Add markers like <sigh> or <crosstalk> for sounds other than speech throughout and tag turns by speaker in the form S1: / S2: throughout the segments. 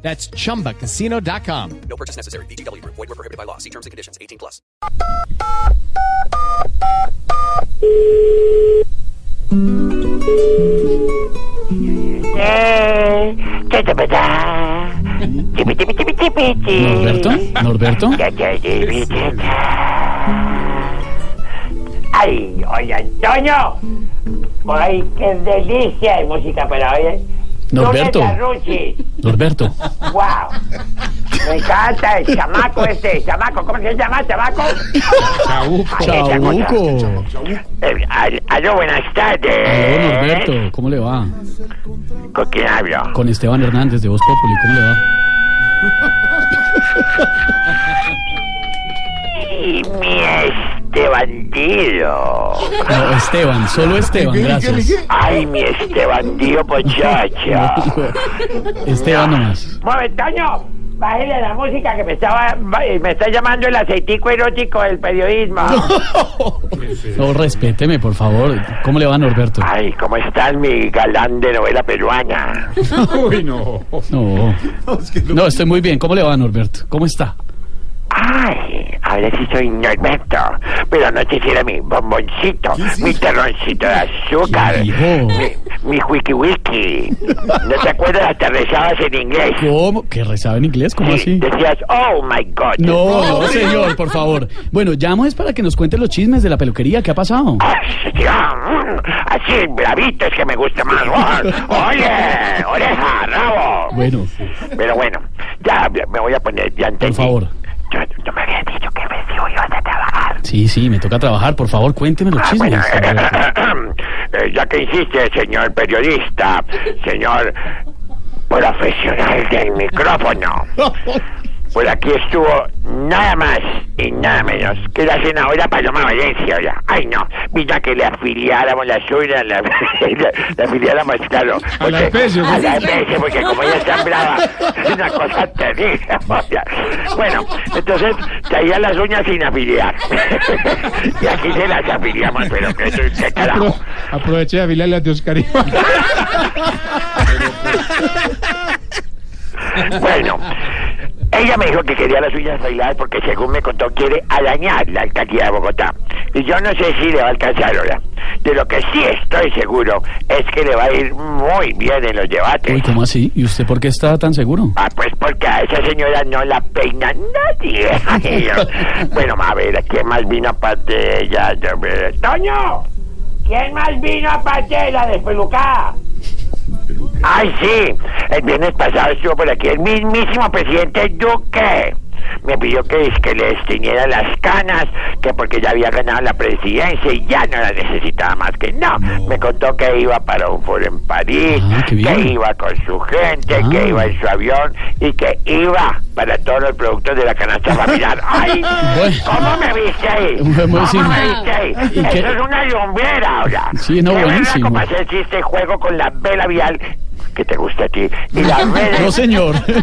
S1: That's chumbacasino.com.
S2: No purchase necessary. BGW. Void were prohibited by law. See terms and conditions. 18 plus.
S3: Eh, cha, cha, pa, cha. Chipi, chipi, chipi, chipi, chi.
S4: Norberto, Norberto,
S3: Cha, cha, chipi, cha, cha. Ay, oye, Antonio. Ay, qué delicia de música, pero oye.
S4: Norberto. Norberto,
S3: Wow. Me encanta el chamaco este, chamaco. ¿Cómo se llama, chamaco?
S4: Chabuco.
S3: Eh, al- aló, buenas
S4: Aló,
S3: tardes.
S4: Norberto, ¿cómo le va?
S3: ¿Con quién hablo?
S4: Con Esteban Hernández de Voz Populi, ¿cómo le va?
S3: Y mi este bandido.
S4: No, Esteban, solo Esteban, gracias.
S3: Ay, mi este bandido
S4: <laughs>
S3: muchacho.
S4: Esteban nomás.
S3: Mueve, Toño. Bájale la música que me estaba eh, me está llamando el aceitico erótico del periodismo.
S4: No, respéteme, por favor. ¿Cómo le va, Norberto?
S3: Ay, ¿cómo estás, mi galán de novela peruana?
S4: No. No, estoy muy bien. ¿Cómo le va, Norberto? ¿Cómo está?
S3: Ay, ahora sí soy Norberto. Pero anoche sí era mi bomboncito, mi terroncito de azúcar,
S4: Hijo.
S3: mi, mi wiki wiki. ¿No te acuerdas las aterrizabas en inglés?
S4: ¿Cómo? ¿Que rezaba en inglés? ¿Cómo
S3: Sí,
S4: así?
S3: decías, oh my god.
S4: No, no, señor, por favor. Bueno, llamo es para que nos cuente los chismes de la peluquería. ¿Qué ha pasado?
S3: Así, bravito es que me gusta
S4: <laughs>
S3: más. Oye, oreja, rabo.
S4: Bueno,
S3: Pero bueno, ya me voy a poner, ya
S4: por
S3: entendí.
S4: favor.
S3: Yo, yo me había dicho que me sigo yo hasta trabajar.
S4: Sí, sí, me toca trabajar. Por favor, cuénteme
S3: Ah,
S4: los chismes. Norberto.
S3: <coughs> Eh, ya que hiciste, señor periodista, señor profesional del micrófono, <laughs> por aquí estuvo nada más y nada menos que la senadora Paloma Valencia. oiga. Ay, no, mira que le afiliáramos la suya, la, <laughs> la- la afiliáramos, claro. A la especie, pues. A la especie, porque como ella está brava, Ah, es una cosa terrible. oiga. Bueno, entonces traía las uñas sin afiliar. <laughs> y aquí se las afiliamos, pero que eso es carajo.
S5: Aproveché de afilarle a Dios Oscar
S3: Bueno, ella me dijo que quería las uñas bailadas porque según me contó quiere arañar la alcaldía de Bogotá. Y yo no sé si le va a alcanzar ahora. De lo que sí estoy seguro es que le va a ir muy bien en los
S4: Uy,
S3: debates.
S4: ¿cómo así? ¿Y usted por qué está tan seguro?
S3: Ah, pues porque a esa señora no la peina nadie. <laughs> Ay, yo- bueno, a ver, ¿quién más vino aparte de ella? Yo me- ¡Toño! ¿Quién más vino aparte de la despelucada? Ay, sí. El viernes pasado estuvo por aquí el mismísimo presidente Duque. Me pidió que, que le extinguiera las canas, que porque ya había ganado la presidencia y ya no la necesitaba más que no. Me contó que iba para un foro en París,
S4: Ah, qué bien.
S3: que iba con su gente,
S4: Ah.
S3: que iba en su avión y que iba para todos los productos de la canasta
S4: <laughs>
S3: familiar. ¡Ay!
S4: Bueno.
S3: ¿Cómo me viste ahí?
S4: Bueno,
S3: ¿Cómo
S4: sí.
S3: me viste ahí?
S4: ¿Y
S3: Eso
S4: qué?
S3: es una lumbrera ahora.
S4: Sí, no,
S3: Qué berraco
S4: buenísimo.
S3: pa' hacer chiste y juego con la vela vial que te gusta a ti. Y
S4: <laughs>
S3: la vela...
S4: No, señor.
S3: eh,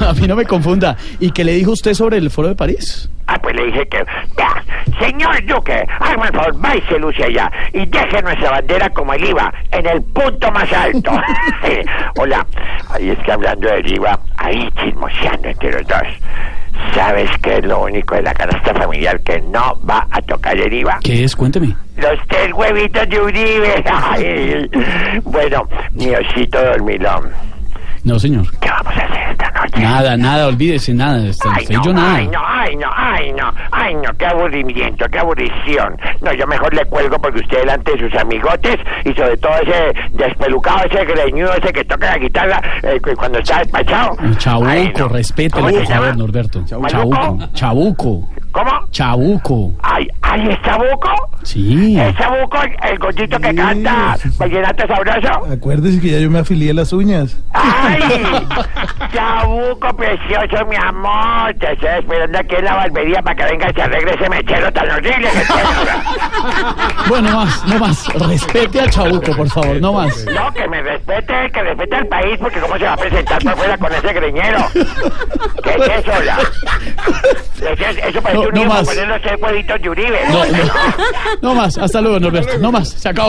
S4: A mí <laughs> no me confunda. ¿Y qué le dijo usted sobre el foro de París?
S3: Ah, pues le dije que... "Ya, señor Duque, hágame el favor, va y se luce allá. Y deje nuestra bandera como el IVA, en el punto más alto. <laughs> Sí. Hola, ahí es que hablando del IVA, ahí chismoseando entre los dos. ¿Sabes qué es lo único de la canasta familiar que no va a tocar el IVA?
S4: ¿Qué es? Cuénteme.
S3: Los tres huevitos de Uribe. <laughs> Ay. Bueno, mi osito dormilón.
S4: No, señor.
S3: ¿Qué vamos a hacer esta noche?
S4: Nada, nada, olvídese, nada. Está
S3: Ay,
S4: usted y
S3: no,
S4: yo nada.
S3: ay, no, ay, no, ay, no, ay, no, qué aburrimiento, qué aburrición. No, yo mejor le cuelgo porque usted delante de sus amigotes y sobre todo ese despelucado, ese greñudo, ese que toca la guitarra eh, cu- cuando está despachado. Ay,
S4: Chabuco,
S3: no.
S4: respételo,
S3: ¿Cómo se
S4: por favor,
S3: llama?
S4: Norberto.
S3: Chabuco.
S4: Chabuco, chabuco,
S3: ¿Cómo?
S4: chabuco.
S3: Ay, ay, ¿Ahí está Buco?
S4: Sí.
S3: ¿Está Buco el, el gordito que canta Vallenato Sabroso?
S6: Acuérdese que ya yo me afilié las uñas.
S3: ¡Ay!
S4: <laughs>
S3: ¡Chabuco precioso, mi amor! Te estoy esperando aquí en la barbería para que venga y se arregle ese mechero tan horrible que tengo.
S4: Bueno, no más, no más. Respete a Chabuco, por favor, no
S3: <laughs>
S4: más.
S3: No, que me respete, que respete al país, porque cómo se va a presentar por fuera con ese greñero. ¿Qué es eso,
S4: <laughs>
S3: la? Eso, eso parece
S4: No,
S3: un
S4: no
S3: hijo
S4: más.
S3: poner los tres huevitos de Uribe.
S4: No, no, no más. Hasta luego, Norberto. No más. Se acabó.